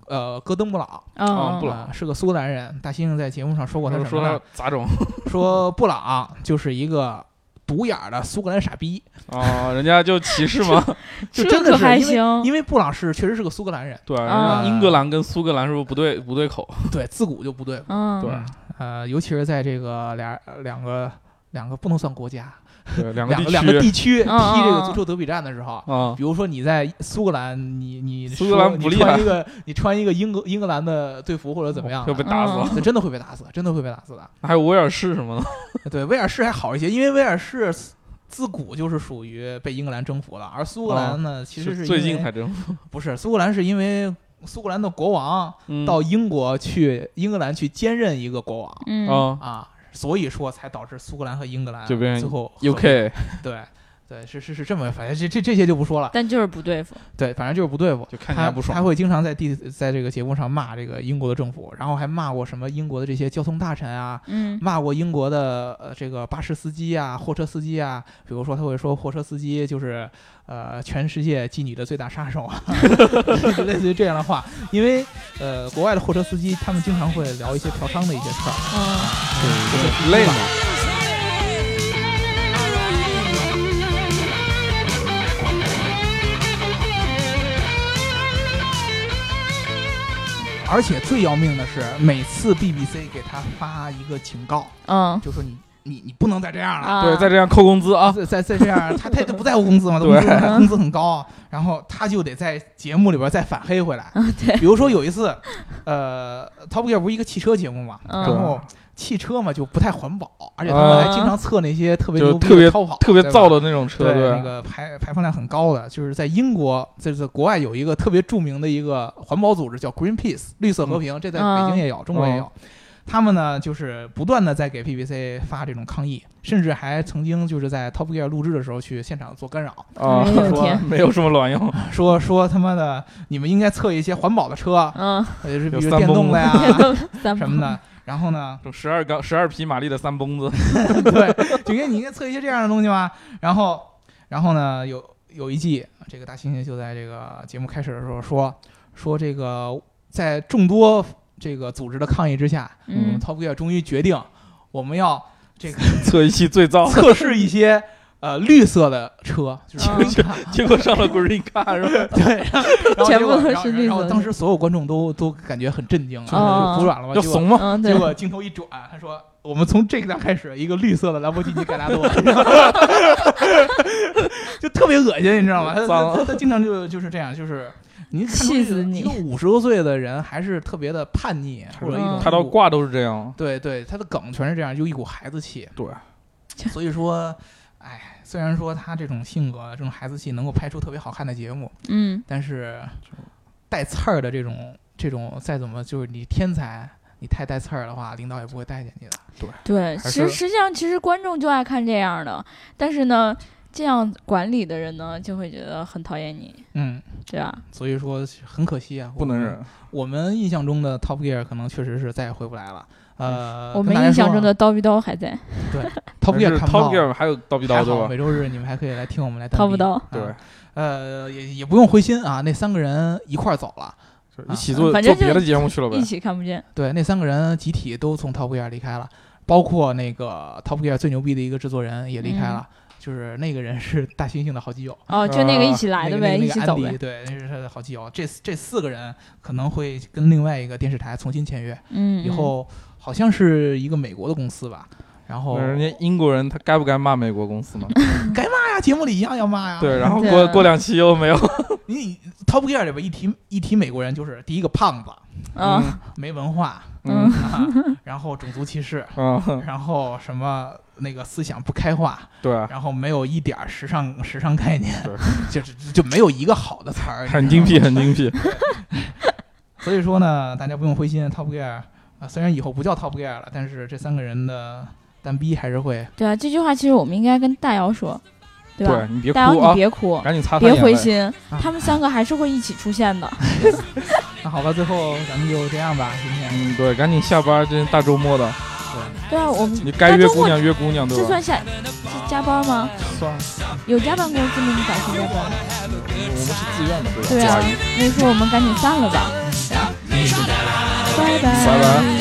[SPEAKER 4] 呃戈登布朗，
[SPEAKER 2] 嗯
[SPEAKER 3] 布朗
[SPEAKER 4] 啊是个苏格兰人。大猩猩在节目上说过他
[SPEAKER 3] 我就
[SPEAKER 4] 什
[SPEAKER 3] 说
[SPEAKER 4] 么呢
[SPEAKER 3] 他杂种
[SPEAKER 4] 说布朗就是一个独眼儿的苏格兰傻逼，
[SPEAKER 3] 啊，人家就歧视
[SPEAKER 4] [laughs]
[SPEAKER 3] 嘛。
[SPEAKER 4] 就
[SPEAKER 2] 这
[SPEAKER 4] 真的
[SPEAKER 2] 可
[SPEAKER 4] 是
[SPEAKER 2] 还
[SPEAKER 4] 因为
[SPEAKER 2] 行
[SPEAKER 4] 因为布朗是确实是个苏格兰人，
[SPEAKER 3] 对，人
[SPEAKER 2] 啊
[SPEAKER 3] 家英格兰跟苏格兰是不是不对不对口？
[SPEAKER 4] 对，自古就不对付
[SPEAKER 2] 嗯
[SPEAKER 3] 对
[SPEAKER 4] 嗯呃，尤其是在这个俩呃两个两个不能算国家，
[SPEAKER 3] 对，两个
[SPEAKER 4] 两
[SPEAKER 3] 地
[SPEAKER 4] 个两个
[SPEAKER 3] 区
[SPEAKER 4] 地区
[SPEAKER 2] 嗯嗯
[SPEAKER 4] 踢这个
[SPEAKER 2] 嗯
[SPEAKER 4] 足球德比战的时候，
[SPEAKER 3] 啊，
[SPEAKER 4] 比如说你在苏格兰，你你
[SPEAKER 3] 苏
[SPEAKER 4] 说
[SPEAKER 3] 格兰不
[SPEAKER 4] 你
[SPEAKER 3] 厉害哦
[SPEAKER 4] 穿一个你穿一个英格英格兰的队服或者怎么样啊嗯
[SPEAKER 3] 会
[SPEAKER 4] 的，
[SPEAKER 3] 被打死了。
[SPEAKER 4] 那真的会被打死，真的会被打死的。
[SPEAKER 3] 还有威尔士什么的，
[SPEAKER 4] 对，威尔士还好一些，因为威尔士自古就是属于被英格兰征服了，而苏格兰呢，其实是
[SPEAKER 3] 哦是
[SPEAKER 4] 因
[SPEAKER 3] 最近
[SPEAKER 4] 为
[SPEAKER 3] 才征服。
[SPEAKER 4] 不是苏格兰是因为苏格兰的国王
[SPEAKER 3] 嗯
[SPEAKER 4] 到英国去，英格兰去兼任一个国王。
[SPEAKER 2] 嗯
[SPEAKER 3] 啊
[SPEAKER 4] 啊，所以说才导致苏格兰和英格兰
[SPEAKER 3] 就变成
[SPEAKER 4] 最后合并
[SPEAKER 3] ，UK
[SPEAKER 4] 对对是是是这么，反正这这这些就不说了，
[SPEAKER 2] 但就是不对付。
[SPEAKER 4] 对，反正就是不对付。
[SPEAKER 3] 就看人
[SPEAKER 4] 他
[SPEAKER 3] 家不爽
[SPEAKER 4] 他。会经常在地在这个节目上骂这个英国的政府，然后还骂过什么英国的这些交通大臣啊，
[SPEAKER 2] 嗯
[SPEAKER 4] 骂过英国的呃这个巴士司机啊、货车司机啊，比如说他会说货车司机就是呃全世界妓女的最大杀手啊， [laughs] 就类似于这样的话，因为呃国外的货车司机他们经常会聊一些嫖娼的一些事儿，
[SPEAKER 2] 嗯
[SPEAKER 3] 对，累嘛。
[SPEAKER 1] Thank you.
[SPEAKER 4] 而且最要命的是，每次 BBC 给他发一个警告，
[SPEAKER 2] 嗯
[SPEAKER 4] 就说你你你不能再这样了。
[SPEAKER 2] 啊，
[SPEAKER 3] 对，再这样扣工资啊，
[SPEAKER 4] 再再再这样，他他他不在乎工资嘛，他工资他工资很高啊，然后他就得在节目里边再反黑回来。
[SPEAKER 2] 对
[SPEAKER 4] 比如说有一次，呃，Top Gear 不是一个汽车节目嘛，
[SPEAKER 2] 嗯
[SPEAKER 4] 然后汽车嘛就不太环保，而且他们还经常测那些特别牛逼
[SPEAKER 3] 就是特别
[SPEAKER 4] 的超跑，
[SPEAKER 3] 特别
[SPEAKER 4] 对吧
[SPEAKER 3] 燥的那种车，
[SPEAKER 4] 对
[SPEAKER 3] 对
[SPEAKER 4] 那个排排放量很高的，就是在英国，就是国外有一个特别著名的一个环保组织叫 Greenpeace 绿色和平，这在北京也有，中国也有。他们呢，就是不断的在给 BBC 发这种抗议，甚至还曾经就是在 Top Gear 录制的时候去现场做干扰，
[SPEAKER 3] 啊
[SPEAKER 2] 哎，呦
[SPEAKER 4] 说
[SPEAKER 2] 天，
[SPEAKER 3] [laughs] 没有什么卵用，
[SPEAKER 4] 说说他妈的，你们应该测一些环保的车，
[SPEAKER 2] 嗯，
[SPEAKER 4] 呃，就是比
[SPEAKER 3] 有
[SPEAKER 4] 如
[SPEAKER 3] 三
[SPEAKER 4] 电
[SPEAKER 3] 蹦
[SPEAKER 4] 动的呀
[SPEAKER 2] [laughs] 三
[SPEAKER 4] 什么的。然后呢，
[SPEAKER 3] 十二缸十二匹马力的三蹦
[SPEAKER 4] [laughs]
[SPEAKER 3] 子，
[SPEAKER 4] 对，就应该你应该测一些这样的东西嘛。然后，然后呢，有有一季，这个大猩猩就在这个节目开始的时候说说这个，在众多这个组织的抗议之下，我
[SPEAKER 2] 嗯
[SPEAKER 4] 们 Top Gear 终于决定，我们要这个
[SPEAKER 3] 测一期最燥，
[SPEAKER 4] 测试一些呃绿色的车，就是
[SPEAKER 2] 啊
[SPEAKER 4] green car
[SPEAKER 3] 结果上了 Green Car 是吧？
[SPEAKER 4] 对，然后然后
[SPEAKER 2] 全
[SPEAKER 4] 结
[SPEAKER 2] 部
[SPEAKER 4] 果
[SPEAKER 2] 都
[SPEAKER 4] 然后
[SPEAKER 2] 是绿
[SPEAKER 4] 然后
[SPEAKER 2] 色的
[SPEAKER 4] 当时所有观众都都感觉很震惊啊，
[SPEAKER 2] 哦
[SPEAKER 4] 就服软了嘛，
[SPEAKER 3] 要
[SPEAKER 4] 结果
[SPEAKER 3] 怂吗？
[SPEAKER 2] 嗯，
[SPEAKER 4] 结
[SPEAKER 2] 对，
[SPEAKER 4] 果镜头一转，他说：“我们从这个段开始，一个绿色的兰博基尼盖
[SPEAKER 2] [laughs]
[SPEAKER 4] 拉多，就特别恶心，你知道吗？他
[SPEAKER 3] 脏
[SPEAKER 4] 他他他经常就就是这样，就是您看出
[SPEAKER 2] 嗯气
[SPEAKER 4] 这
[SPEAKER 2] 死
[SPEAKER 4] 个
[SPEAKER 2] 你
[SPEAKER 4] 一个五十多岁的人还是特别的叛逆，或者一种
[SPEAKER 2] 嗯
[SPEAKER 3] 他到挂都是这样，
[SPEAKER 4] 对对，他的梗全是这样，就一股孩子气。
[SPEAKER 3] 对，
[SPEAKER 4] 所以说，哎，虽然说他这种性格、这种孩子气能够拍出特别好看的节目，
[SPEAKER 2] 嗯
[SPEAKER 4] 但是带刺儿的这种这种，再怎么就是你天才，你太带刺儿的话，领导也不会待见你的。”
[SPEAKER 2] 对，
[SPEAKER 4] 还
[SPEAKER 2] 其实
[SPEAKER 4] 是
[SPEAKER 2] 实际上其实观众就爱看这样的，但是呢，这样管理的人呢就会觉得很讨厌你，
[SPEAKER 4] 嗯，
[SPEAKER 2] 对吧？
[SPEAKER 4] 所以说很可惜啊，
[SPEAKER 3] 不能忍。
[SPEAKER 4] 我们。我们印象中的 Top Gear 可能确实是再也回不来了。呃，
[SPEAKER 2] 嗯我
[SPEAKER 4] 跟
[SPEAKER 2] 们
[SPEAKER 4] 大家
[SPEAKER 2] 印象
[SPEAKER 4] 说
[SPEAKER 2] 中
[SPEAKER 4] 啊
[SPEAKER 2] 的刀逼刀还在，
[SPEAKER 4] Top
[SPEAKER 3] 但
[SPEAKER 4] Gear
[SPEAKER 3] 是
[SPEAKER 4] 看不到
[SPEAKER 3] Top Gear 还有刀逼刀
[SPEAKER 4] 还
[SPEAKER 3] 对
[SPEAKER 4] 好
[SPEAKER 3] 吧？
[SPEAKER 4] 每周日你们还可以来听我们来
[SPEAKER 2] 刀不
[SPEAKER 4] 到。
[SPEAKER 2] 刀？
[SPEAKER 3] 对
[SPEAKER 4] 啊，呃，也也不用灰心啊，那三个人一块儿走了。
[SPEAKER 3] 就是一起做
[SPEAKER 2] 反
[SPEAKER 3] 做
[SPEAKER 2] 正就
[SPEAKER 3] 别的节目去了呗
[SPEAKER 2] 一。起看不见，
[SPEAKER 4] 对，那三个人集体都从 Top Gear 离开了，包括那个 Top Gear 最牛逼的一个制作人也离开
[SPEAKER 2] 嗯
[SPEAKER 4] 了， [laughs] 就是那个人是大猩猩的好基友。
[SPEAKER 2] 哦，就那个一
[SPEAKER 3] 啊
[SPEAKER 2] 起来的
[SPEAKER 4] 那个
[SPEAKER 2] 呗，
[SPEAKER 4] 那个
[SPEAKER 2] 一起走
[SPEAKER 4] 那个
[SPEAKER 2] 呗
[SPEAKER 4] 安迪，对，那是他的好基友。这这四个人可能会跟另外一个电视台重新签约，
[SPEAKER 2] 嗯，
[SPEAKER 4] 以后好像是一个美国的公司吧。然后
[SPEAKER 3] 那人家英国人他该不该骂美国公司呢？
[SPEAKER 4] 哎呀，节目里一样要骂呀。
[SPEAKER 3] 对，然后
[SPEAKER 2] 啊对
[SPEAKER 3] 过过两期又没有，
[SPEAKER 4] [laughs] 你 Top Gear 里边一提一提美国人，就是第一个胖子，
[SPEAKER 2] 嗯啊，
[SPEAKER 4] 没文化，
[SPEAKER 3] 嗯
[SPEAKER 4] 啊、 [laughs] 然后种族歧视，
[SPEAKER 3] 嗯，
[SPEAKER 4] 然后什么那个思想不开化，
[SPEAKER 3] 对啊，
[SPEAKER 4] 然后没有一点儿时尚 [laughs] 时尚概念
[SPEAKER 3] 对，
[SPEAKER 4] 就就就没有一个好的词儿，
[SPEAKER 3] 很
[SPEAKER 4] 你知道
[SPEAKER 3] 精
[SPEAKER 4] 吗
[SPEAKER 3] 辟，很精辟。
[SPEAKER 4] 所以说呢，大家不用灰心，Top Gear 啊、虽然以后不叫 Top Gear 了，但是这三个人的单逼还是会
[SPEAKER 2] 对啊，这句话其实我们应该跟大姚说，对吧
[SPEAKER 3] 对？你别哭
[SPEAKER 2] 大姚，你
[SPEAKER 3] 啊，
[SPEAKER 2] 别哭，
[SPEAKER 3] 赶紧擦擦
[SPEAKER 2] 别
[SPEAKER 3] 眼
[SPEAKER 2] 灰
[SPEAKER 3] 泪。
[SPEAKER 4] 啊
[SPEAKER 2] 心，他们三个还是会一起出现
[SPEAKER 4] [laughs]
[SPEAKER 2] 的。
[SPEAKER 4] 那好吧，最后咱们就这样吧，今天。
[SPEAKER 3] 嗯，对，赶紧下班，这大周末的，
[SPEAKER 2] 对啊，
[SPEAKER 4] [laughs]
[SPEAKER 2] 我们
[SPEAKER 3] 你该约
[SPEAKER 2] 大周
[SPEAKER 3] 姑
[SPEAKER 2] 末
[SPEAKER 3] 娘约姑娘，对
[SPEAKER 2] 这
[SPEAKER 3] 吧
[SPEAKER 2] 算？下这加班吗？
[SPEAKER 3] 算了，
[SPEAKER 2] 有加班工资吗？你咋去加班？
[SPEAKER 3] 我们是自愿的，对吧？
[SPEAKER 2] 对
[SPEAKER 3] 不
[SPEAKER 2] 啊
[SPEAKER 3] 好意思，
[SPEAKER 4] 嗯
[SPEAKER 2] 那说我们赶紧散了吧，拜拜
[SPEAKER 3] 拜拜。